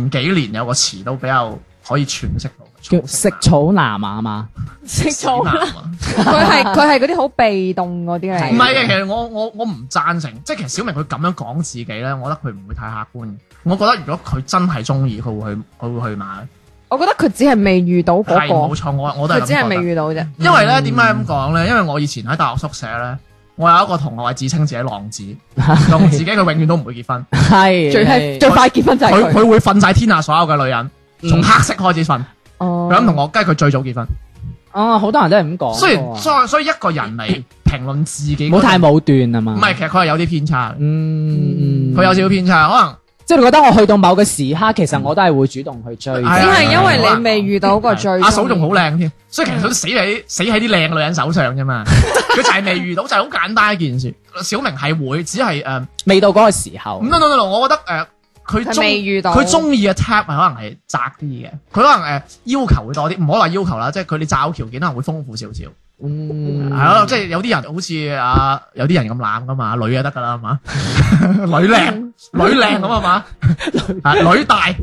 S2: 前幾年有個詞都比較可以詮釋到嘅，
S3: 叫食草男啊嘛。
S5: 食
S2: 草
S5: 醋
S2: 男
S5: 啦。
S2: 啊。
S4: 佢係佢係嗰啲好被動嗰啲
S2: 唔
S4: 嚟。
S2: 係嘅，其實我我我唔贊成，即係其實小明佢咁樣講自己咧，我覺得佢唔會太客觀。我覺得如果佢真係中意，佢會去佢會去買。
S4: 我覺得佢只係未遇到嗰
S2: 係冇
S4: 個，
S2: 錯，我我都係
S4: 佢只
S2: 咁
S4: 係
S2: 覺
S4: 未嗯
S2: 得。
S4: 遇到啫。
S2: 因為咧點解咁講咧？因為我以前喺大學宿舍咧，我有一個同學係自稱自己浪子， 用自己佢永遠都唔會結婚，
S3: 係
S4: 最
S3: 係
S4: 最快結婚就係
S2: 佢
S4: 佢。
S2: 佢會瞓晒天下所有嘅女人，從
S3: 嗯
S2: 黑色開始瞓。
S4: 哦
S2: 佢咁同我，跟住佢最早結婚。
S3: 啊，好多人都係咁講。
S2: 雖然所以所以一個人嚟評論自己，
S3: 冇太武斷啊嘛。
S2: 唔係，其實佢係有啲偏差嘅，
S3: 嗯，嗯，
S2: 佢有少少偏差，可能。
S3: 即係你覺得我去到某個時刻，其實我都係會主動去追。
S2: 係
S4: 只
S2: 啊
S4: 係因為你未遇到個最
S2: 阿嫂仲好靚添，所以其實佢死喺死喺啲靚女人手上啫 嘛。佢就係未遇到，就係好簡單一件事。小明係會，只係誒
S3: 未到嗰個時候
S2: 唔。no no no no，我覺得誒佢
S4: 佢嗯未
S2: 中
S4: 遇到，
S2: 佢中意嘅 tap 係可能係窄啲嘅，佢可能誒要求會多啲，唔好話要求啦，即係佢哋擇偶條件可能會豐富少少，
S3: 嗯，
S2: 係 咯，即係有啲人好似啊有啲人咁濫噶嘛，女就得噶啦係嘛，女靚女靚咁係 嘛？啊女大
S4: 咁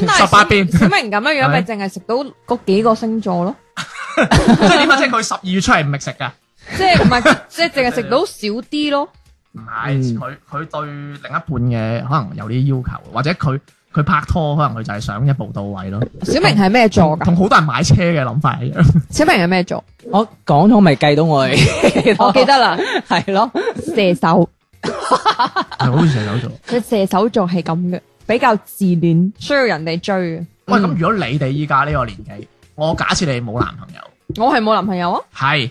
S4: 但係
S2: 十八變，即
S4: 小明咁 樣樣，咪
S2: 係
S4: 淨係食到嗰幾個星 座咯，
S2: 係點啊？即係佢十二月出嚟唔覓食㗎。
S4: 即係唔係即係淨係食到少啲咯。
S2: 唔係佢佢對另一半嘅可能有啲要求，或者佢佢拍拖可能佢就係想一步到位咯。
S4: 小明係咩座
S2: 同
S4: 㗎？
S2: 好多人買車嘅諗法一樣。
S4: 小明係咩座？
S3: 我講咗咪計到我哋，
S4: 我記得啦，
S3: 係咯，
S4: 射手，
S2: 係好似射手座。
S4: 佢射手座係咁嘅，比較自戀，需要人哋追嘅。
S2: 喂，咁如果你哋依家呢個年紀，我假設你冇男朋友，
S4: 我係冇男朋友啊，
S2: 係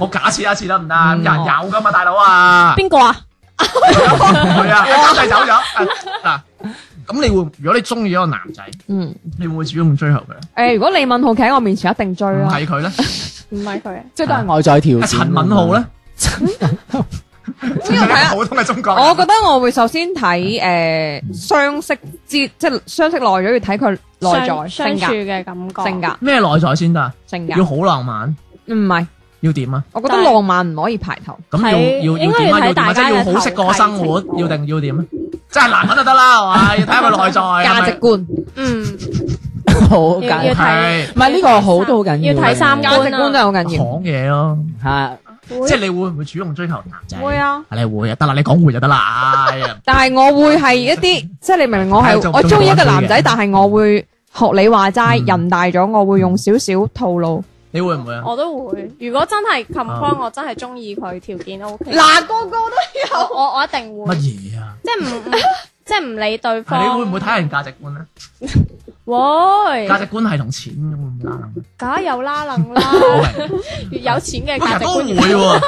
S2: 我假設一次得唔得？有人有㗎嘛，大佬啊！
S5: 邊
S3: à?
S5: 個啊？
S2: 係啊，一走走咗啊嗱。咁你會如果你中意一個男仔，
S4: 嗯，
S2: 你會唔會主動追求佢？
S4: 誒，如果李敏浩企喺我面前，一定追
S2: 唔
S4: 啦。
S2: 係佢咧，
S5: 唔係佢啊，
S3: 即 係都係外在條件。
S2: 陳敏浩咧，
S4: 呢個睇 下
S2: 普通嘅中國人。
S4: 啊我覺得我會首先睇诶相識之，即係相識耐咗要睇佢內在
S5: 相相
S4: 性
S5: 處
S4: 格、
S5: 嘅感覺，
S4: 性格、
S2: 咩內在先得啊？
S4: 性
S2: 要
S4: 格。
S2: 好浪漫，
S4: 唔係，
S2: 要點啊？
S4: 我覺得
S5: 但係
S4: 浪漫唔可以排頭。
S2: 咁
S5: 睇
S2: 要要要
S5: 應該
S2: 點
S5: 要
S2: 啊？要
S5: 睇
S2: 點啊？
S5: 大
S2: 即
S5: 家
S2: 係要好識過生活，
S5: 嘅投契程度
S2: 要定要點啊？即係男人就得啦，係嘛？要睇下佢內在
S4: 價值觀，
S5: 嗯，
S3: 好
S5: 要要
S3: 緊，
S5: 睇
S2: 係
S3: 唔係呢個好都好緊要。
S5: 要睇三
S4: 價值
S5: 觀啊
S4: 觀真係好緊要。
S2: 講嘢咯，
S3: 嚇，
S5: 啊
S2: 即係你會唔會主動追求男仔？
S4: 會啊，
S2: 你會啊，得啦，你講會就得啦。哎呀
S4: 但係我會係一啲，即係你明唔明？我
S2: 睇下
S4: 係
S2: 啊中
S4: 我中意一個
S2: 中意
S4: 男仔，
S2: 嘅
S4: 但係我會學你話齋，
S2: 嗯
S4: 人大咗我會用少少套路。
S2: 你會唔會啊？
S5: 我都會。如果真係
S2: Ờ。
S5: Ờ, confirm，我真係中意佢，條件 O K。
S4: 嗱，個個都
S5: 我我我一定
S2: 乜
S5: 會，
S2: 嘢啊？
S5: 即係唔唔即係唔理對
S2: 係你會唔
S5: 方。
S2: 會睇人價值觀咧？
S5: 會
S2: 價值觀係同錢咁會唔會啊？
S5: 梗係有啦能啦，
S2: 我明。
S5: 越有錢嘅
S2: 喂，其
S5: 價
S2: 實
S5: 值
S2: 都
S5: 觀
S2: 會
S5: 越
S2: 喎，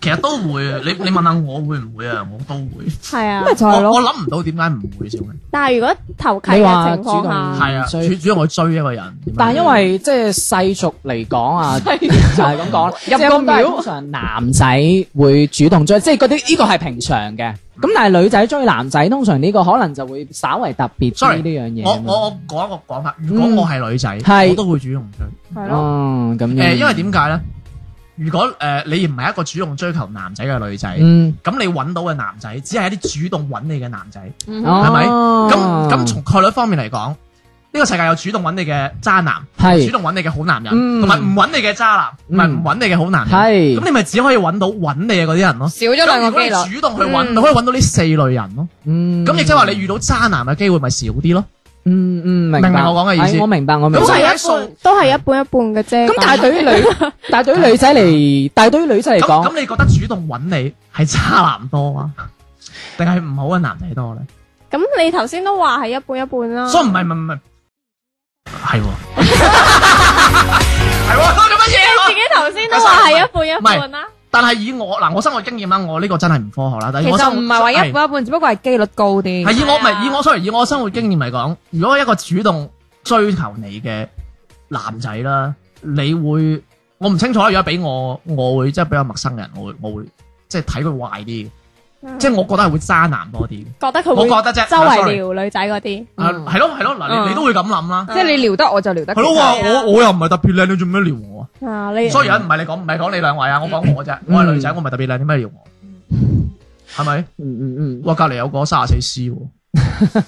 S2: 其實都會啊。你你問下我會唔會啊？我都會。
S5: 係啊。
S4: 咪就係
S2: 我我
S4: 咯。
S2: 諗唔到點解唔會啫。
S5: 但係如果投契
S3: 你話
S5: 嘅情況
S3: 主動
S5: 下，
S2: 係啊，
S3: 追
S2: 主主要我追一個人。
S3: 但係因為即係世俗嚟講啊，就係咁講啦，
S4: 入
S3: 即係
S4: 個
S3: 咁都係
S4: 廟
S3: 通常男仔會主動追，即係嗰啲呢個係平常嘅。咁但係女仔追男仔，通常呢個可能就會稍為特別啲呢
S2: Sorry，
S3: 樣嘢。啊
S2: 我我我講一個講法，如果
S3: 嗯
S2: 我係女仔，
S3: 係
S2: 我都會主動追。
S4: 係咯，
S3: 哦咁樣，
S2: 誒，因為點解咧？如果誒你唔係一個主動追求男仔嘅女仔，
S3: 嗯
S2: 咁你揾到嘅男仔只係一啲主動揾你嘅男仔。
S4: 嗯哼
S3: 係
S2: 咪咁咁從概率方面嚟講，呢個世界有主動揾你嘅渣男，
S3: 係
S2: 主動揾你嘅好男人，
S3: 嗯
S2: 同埋唔揾你嘅渣男，唔係唔
S3: 嗯
S2: 揾你嘅好男人。
S3: 係
S2: 咁你咪只可以揾到揾你嘅嗰啲人咯。
S4: 少咗
S2: 咁
S4: 兩
S2: 如
S4: 個
S2: 果
S4: 機
S2: 你
S4: 率。
S2: 主動去揾，
S5: 嗯
S2: 你可以揾到呢四類人咯。
S3: 嗯
S2: 咁亦即係話你遇到渣男嘅機會咪少啲咯。
S3: 嗯嗯明
S2: 明唔
S3: 白
S2: 明我講嘅意思
S3: 係我明白我明
S5: 都
S3: 白。
S2: 咁
S5: 係
S2: 所以
S5: 一半，都係一半一半嘅啫。
S3: 咁但係對於女，但係對於女仔嚟，但係對於女仔嚟
S2: 咁
S3: 講，
S2: 咁你覺得主動揾你係渣男多啊，定係唔好嘅男仔多咧？
S5: 咁你頭先都話係一半一半
S4: 嗯
S5: 啦。
S2: 所以唔係唔係唔係，係 喎，係喎，多咗乜嘢啊
S5: 你自己頭先都話係一半一半啦。
S2: 但係以我嗱，我生活經驗啦，我呢個真係唔科學啦。但
S4: 其
S2: 係我
S4: 實
S2: 生活
S4: 唔係話一
S2: 係
S4: 半一半，只不過係機率高啲。
S2: 係以我唔
S5: 係
S2: 係
S5: 啊
S2: 以我 sorry 以我生活經驗嚟講，如果一個主動追求你嘅男仔啦，你會我唔清楚啦。如果俾我，我會即係比較陌生嘅人，我會我會即係睇佢壞啲，
S4: 嗯
S2: 即係我覺得係會渣男多啲。
S5: 覺得佢
S2: 我
S5: 會
S2: 覺得啫，
S5: 周
S2: sorry
S5: 圍撩女仔嗰啲，
S2: 啊，
S3: 嗯
S2: 係咯係咯，嗱你你都會咁諗啦，
S3: 啊
S4: 即係你撩得我就撩得佢。
S2: 係咯，哇我我又唔係特別靚，你做咩撩我啊？
S5: 啊
S3: 哎
S5: 你
S2: 所以有人唔係你講，唔係講你兩位啊，我講我啫，我係女仔，我唔係特別靚，點解撩我？係咪？
S3: 嗯嗯嗯，
S2: 哇，隔離有個三十四 C 喎，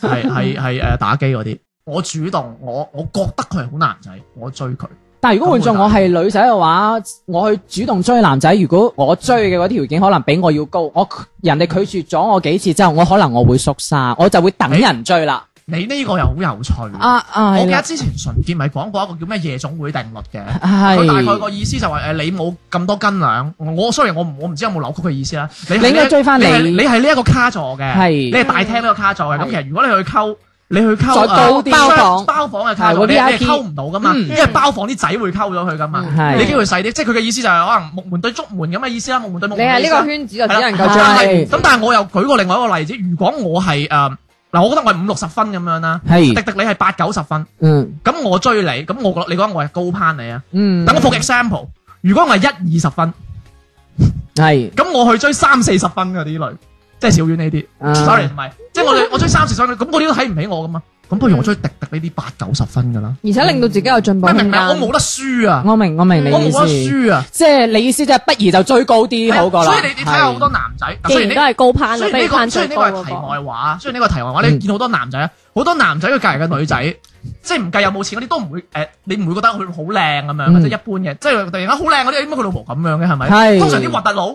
S2: 係係係誒打機嗰啲。我主動，我我覺得佢係好男仔，我追佢。
S3: 但係如果換做我係女仔嘅話，我去主動追男仔，如果我追嘅嗰啲條件可能比我要高，我人哋拒絕咗我幾次之後，我可能我會縮沙，我就會等人追啦。
S2: 你呢個又好有趣。
S3: 啊啊，
S2: 我記
S3: 係
S2: 得
S3: 啦
S2: 之前純潔咪講過一個叫咩夜總會定律嘅，佢大概個
S3: 係，
S2: 意思就係誒你冇咁多斤兩，我雖然我唔我唔知有冇扭曲佢意思啦。你係
S3: 你應該
S2: 呢一
S3: 追返你
S2: 係你係呢一個卡座嘅，
S3: 係
S2: 你係大廳呢個卡座嘅。咁
S3: 係
S2: 其實如果你去溝，你去溝
S3: 再高啲
S2: 誒包
S4: 包房
S2: 包房嘅卡
S3: 係
S2: 座，
S3: 嗰啲
S2: 你你
S3: VIP
S2: 係溝唔到噶嘛，
S3: 嗯
S2: 因為包房啲仔會溝咗佢噶嘛，
S3: 係
S2: 你機會細啲。即係佢嘅意思就係可能木門對竹門咁嘅意思啦，木門對木
S4: 你
S2: 門嘅
S4: 係
S2: 意
S4: 呢
S2: 思啦。
S4: 個圈子就只能
S3: 係
S4: 夠追
S3: 啦
S2: 但
S4: 你。
S2: 係咁，但係我又舉過另外一個例子，如果我係誒呃嗱，我覺得我係五六十分咁樣啦，迪
S3: 係，
S2: 迪你係八九十分，
S3: 嗯
S2: 咁我追你，咁我覺得你覺得我係高攀你啊？
S3: 嗯，
S2: 等我復 example，如果我係一二十分，
S3: 係
S2: 咁我去追三四十分嗰啲類，即係小丸呢啲。
S3: 啊
S2: sorry 唔係，即係我哋我追三四十分，咁嗰啲都睇唔起我噶嘛。咁不如我中意滴滴呢啲八九十分噶啦。
S4: 而且令到自己有進步
S2: 你明唔
S4: 空
S2: 明啊？
S4: 間
S2: 我。冇得輸啊！
S3: 我明我明你
S2: 我
S3: 意
S2: 冇得
S3: 思，
S2: 輸啊！
S3: 即係你意思即係不如就追高啲好過啦。
S2: 所以你你睇下好多男仔，
S5: 既
S2: 雖然
S5: 然
S2: 呢
S5: 都係高攀啦，
S2: 雖
S3: 啊
S5: 不
S2: 然呢
S5: 如
S2: 個
S5: 攀
S2: 雖
S5: 最
S2: 然呢
S5: 高
S2: 個
S5: 嗰
S2: 係題
S5: 個。
S2: 外話，雖然呢個題外話，
S3: 嗯
S2: 你見好多男仔，啊好多男仔佢隔離嘅女仔，即係唔計有冇錢嗰啲都唔會誒，你唔會覺得佢好靚咁樣，即係一般嘅，即係突然間好靚嗰啲，哎點解佢老婆咁樣嘅係咪？
S3: 嗯係嗯
S2: 通常啲核突佬，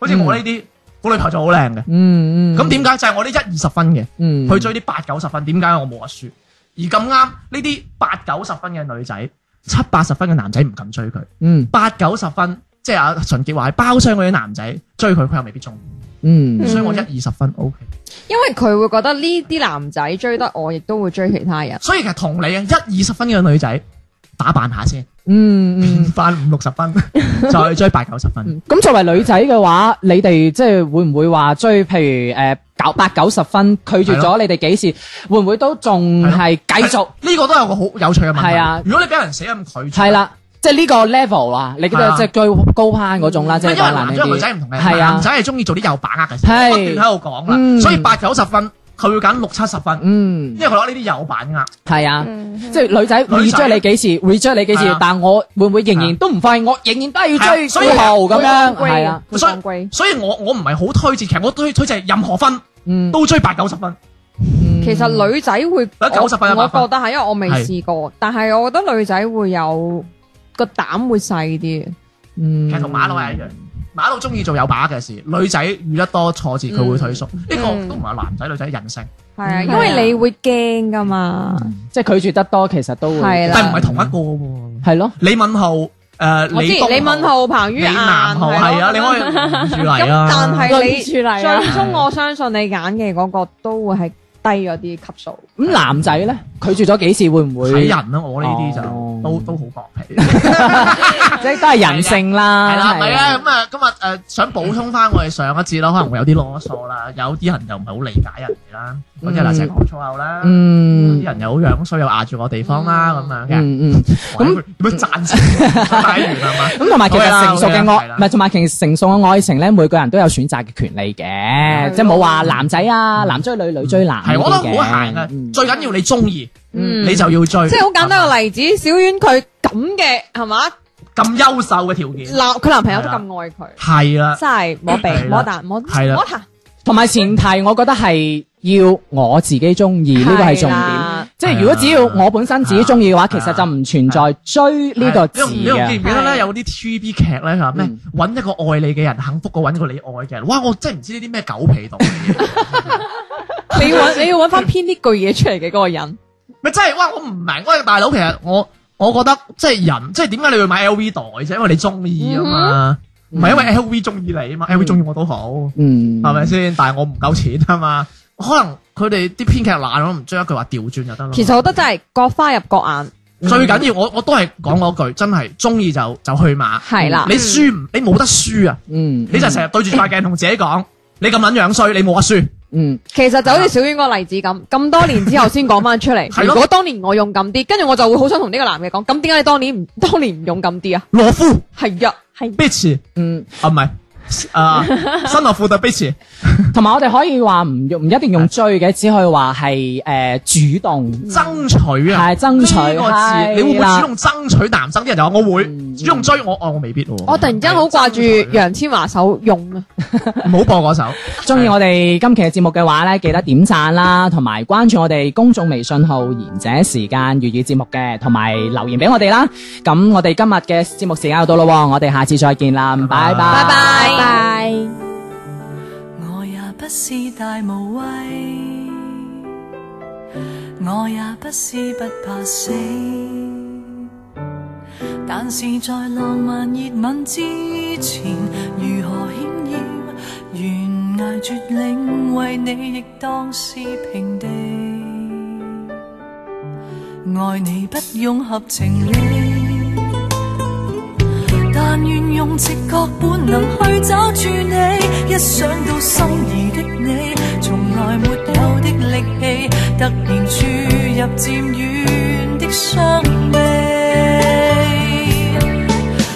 S2: 好似我呢啲，我女朋友就好靚嘅，
S3: 嗯嗯，
S2: 咁點解就係我呢一二十分嘅，
S3: 嗯
S2: 去追啲八九十分，點解我冇得輸？而咁啱呢啲八九十分嘅女仔，七八十分嘅男仔唔敢追佢。
S3: 嗯
S2: 八九十分，即係阿純潔話係包廂嗰啲男仔追佢，佢又未必中意，
S3: 嗯
S2: 所以我一二十分 O K。
S4: 因為佢會覺得呢啲男仔追得我，亦都會追其他人。
S2: 所以其實同理啊，一二十分嘅女仔打扮下先，
S3: 嗯
S2: 變
S3: 嗯。
S2: 翻五六十分， 再去追八九十分。
S3: 咁作為女仔嘅話，你哋即係會唔會話追，譬如誒九八九十分拒絕咗你哋幾次，會唔會都仲係繼續
S2: 呢個都有個好有趣嘅問題。
S3: 係啊
S2: 如果你俾人死咁拒絕，
S3: 係，啦？即係呢個 level 啊，你覺
S2: 係
S3: 得
S2: 啊
S3: 即係最高攀嗰種啦，即
S2: 因為
S3: 係講難
S2: 男
S3: 聽
S2: 仔女
S3: 啲。
S2: 仔唔同嘅，
S3: 係啊
S2: 男仔係中意做啲有把握嘅事，
S3: 係
S2: 不斷喺度講啦。
S3: 嗯
S2: 所以八九十分，佢會揀六七十分，
S3: 嗯
S2: 因，為佢攞呢啲有把握。
S3: 係啊，
S5: 嗯
S3: 即係女仔
S2: 女
S3: reject
S2: 仔
S3: 你幾次，reject 你幾
S2: 係
S3: 次
S2: 啊，
S3: 但我會唔會仍然都唔發現，我仍然都係要
S2: 係啊
S3: 追
S2: 所以
S3: 富豪咁樣？
S4: 會
S3: 係啊，
S4: 會
S2: 所以
S4: 當歸
S2: 所以我我唔係好推薦，其實我推推薦任何分
S3: 嗯，
S2: 都追八九十分。
S4: 其實女仔會，
S2: 得90分啊
S4: 我
S2: 百
S4: 我
S2: 分
S4: 覺得係，因為我未
S2: 係
S4: 試過，但係我覺得女仔會有個膽會細啲。
S3: 嗯，
S2: 其實同馬佬係一樣，馬佬中意做有把握嘅事，女仔遇得多挫折佢會退縮，呢個都唔係男仔女仔人性，
S4: 係啊，
S3: 嗯
S4: 因為你會驚噶嘛。
S3: 即係拒絕得多，其實都會
S4: 係啦
S2: 但唔係同一個喎。
S3: 係咯，
S2: 李敏鎬、誒
S4: 我知
S2: 李
S4: 李敏
S2: 東
S4: 浩、彭于
S2: 李
S4: 晏
S2: 南豪係 啊，你可以 住嚟
S4: 咁但
S2: 啊。
S4: 係你
S5: 輪住嚟啊
S4: 最終我相信你揀嘅嗰個都會係低咗啲級數。
S3: 咁男仔咧拒絕咗幾次會唔會？
S2: 睇人咯，我呢啲就
S3: 哦
S2: 都都好薄皮，
S3: 即係都係人性啦，
S2: 係啦，係
S3: 係
S2: 啦，咁啊，今日誒想補充翻我哋上一節啦，可能會有啲囉嗦啦，有啲人就唔係好理解人哋啦，嗰啲人嗱成日講粗口啦，有
S3: 嗯
S2: 啲人又好樣衰又壓住我地方啦咁樣嘅。
S3: 嗯嗯，
S2: 咁點樣賺錢？大完係嘛？
S3: 咁同埋其實成熟嘅
S2: 好嘅
S3: 愛，
S2: 啦
S3: 唔係同埋其實成熟嘅愛情咧，每個人都有選擇嘅權利
S2: 啊
S3: 嘅，即係冇話男仔啊，男追女，女追男呢
S2: 嗯係，
S3: 啲嘅，
S2: 我覺得好閒
S3: 嗯
S2: 嘅。最緊要你中意，
S4: 嗯
S2: 你就要追。
S4: 即係好簡單嘅例子，小婉佢咁嘅係嘛，
S2: 啊咁優秀嘅條件，
S4: 男佢男朋友都咁愛佢，
S2: 係啦，
S4: 真係摸鼻
S2: 啊係啦
S4: 摸蛋摸
S2: 係啦
S4: 摸彈。
S3: 同埋前提，我覺得係要我自己中意，呢個係重
S4: 係
S3: 點
S4: 啦。
S3: 即係如果只要我本身自己中意嘅話，其
S2: 係啊啊
S3: 實就唔存在追
S4: 啊
S3: 呢個字
S2: 你仲記
S3: 嘅
S2: 唔。記得咧？
S4: 係
S2: 有啲 TVB 劇咧，佢話咩？揾一個愛你嘅人，幸福過揾個你愛嘅人。哇！我真係唔知呢啲咩狗屁道理。
S4: 你要 揾你要揾翻編啲句嘢出嚟嘅嗰個人，
S2: 咪真係哇！我唔明，喂大佬，其實我我覺得即係人，即係點解你會買 LV 袋啫？因為你中意啊嘛，唔係因為 LV 中意你啊嘛，LV 中意我都好。
S3: 嗯，
S2: 係咪先？但係我唔夠錢啊嘛，可能佢哋啲編劇懶咯，唔將一句話調轉就得咯。
S4: 其實我覺得真係各花入各眼，
S2: 最緊要我我都係講嗰句，真係中意就就去馬。
S4: 係啦
S2: 你輸唔你冇得輸啊！
S3: 嗯，
S2: 你就成日對住塊鏡同自己講， 你咁撚樣衰，你冇得輸。
S3: 嗯
S4: 其實就好似小婉個例子 咁，咁多年之後先講翻出
S2: 係
S4: 嚟。
S2: 咯
S4: 如果當年我勇敢啲，跟住我就會好想同呢個男嘅講，咁點解你當年唔 當年唔勇敢啲啊？
S2: 羅夫
S4: 係呀，
S2: bitch
S3: 嗯。
S2: 啊，唔係啊，新羅夫特 bitch
S3: 同埋我哋可以話唔用唔一定用追嘅，只可以話係誒主動
S2: 爭取啊！
S3: 係爭取
S2: 呢個字，你會唔會
S3: 係啦
S2: 主動爭取男生？啲人就話我會主動追我，哦我未必喎。
S4: 我突然之間好掛
S2: 爭
S4: 住
S2: 取
S4: 楊千嬅手勇啊！
S2: 唔好播嗰首。
S3: 中意我哋今期嘅節目嘅話咧，記得點讚啦，同埋關注我哋公眾微信號《賢者時間粵語節目》嘅，同埋留言俾我哋啦。咁我哋今日嘅節目時間又到咯喎，我哋下次再見啦，拜拜，
S2: 拜
S5: 拜拜。
S10: 我也不是大無畏，我也不是不怕死，但是在浪漫熱吻之前，如何險要懸崖絕嶺，為你亦當是平地。愛你不用合情理。但願用直覺本能去找住你，一想到心儀的你，從來沒有的力氣，突然注入漸遠的傷悲。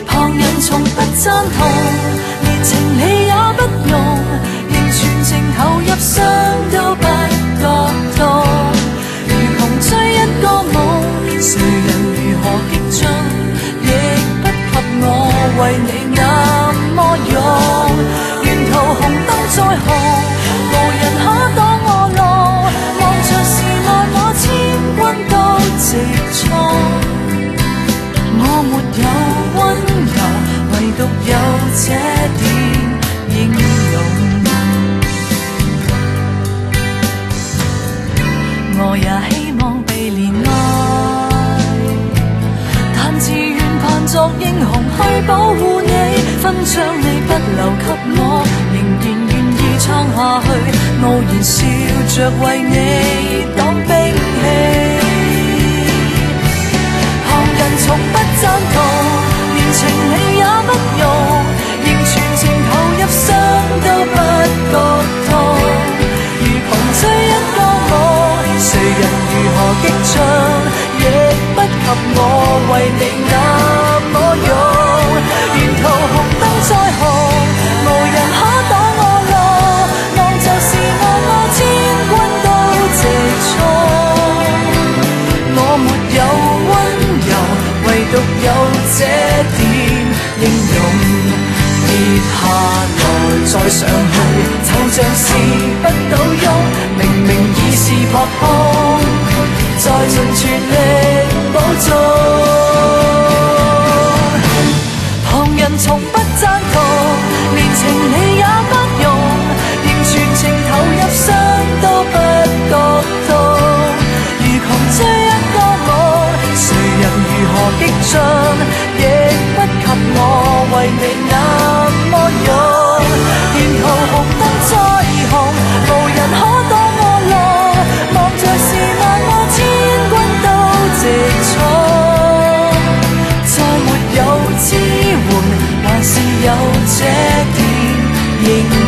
S10: 旁人從不贊同，連情理也不容，仍全情投入，傷都不覺痛。如窮盡愛你那麼勇，沿途紅燈再紅，無人可擋我路。望着時來我千軍都直衝，我沒有温柔，唯獨有這點英勇。我也希望被憐愛。但自愿扮作英雄去保護你，勳章你不留給我，仍然願意撐下去，傲然笑着為你擋兵器。旁人從不贊同，連情理也不容，仍全情投入，傷都不覺痛。如狂追一個夢，誰人如何激進，亦不及我為你那麼勇。沿途紅燈再紅，無人可擋我路，望着是愛我千軍都直衝。我沒有温柔，唯獨有這點英勇。跌下來再上去，就像是不倒翁，明明已是撲空，再盡全力保重。旁人從不贊同，連情理也不容，仍全情投入，傷都不覺痛。如狂追一個夢，誰人如何激進，亦不及我為你那麼勇。沿途紅燈再紅，無人可擋我路，望着是愛我千軍都直衝。再沒有支援，還是有這點英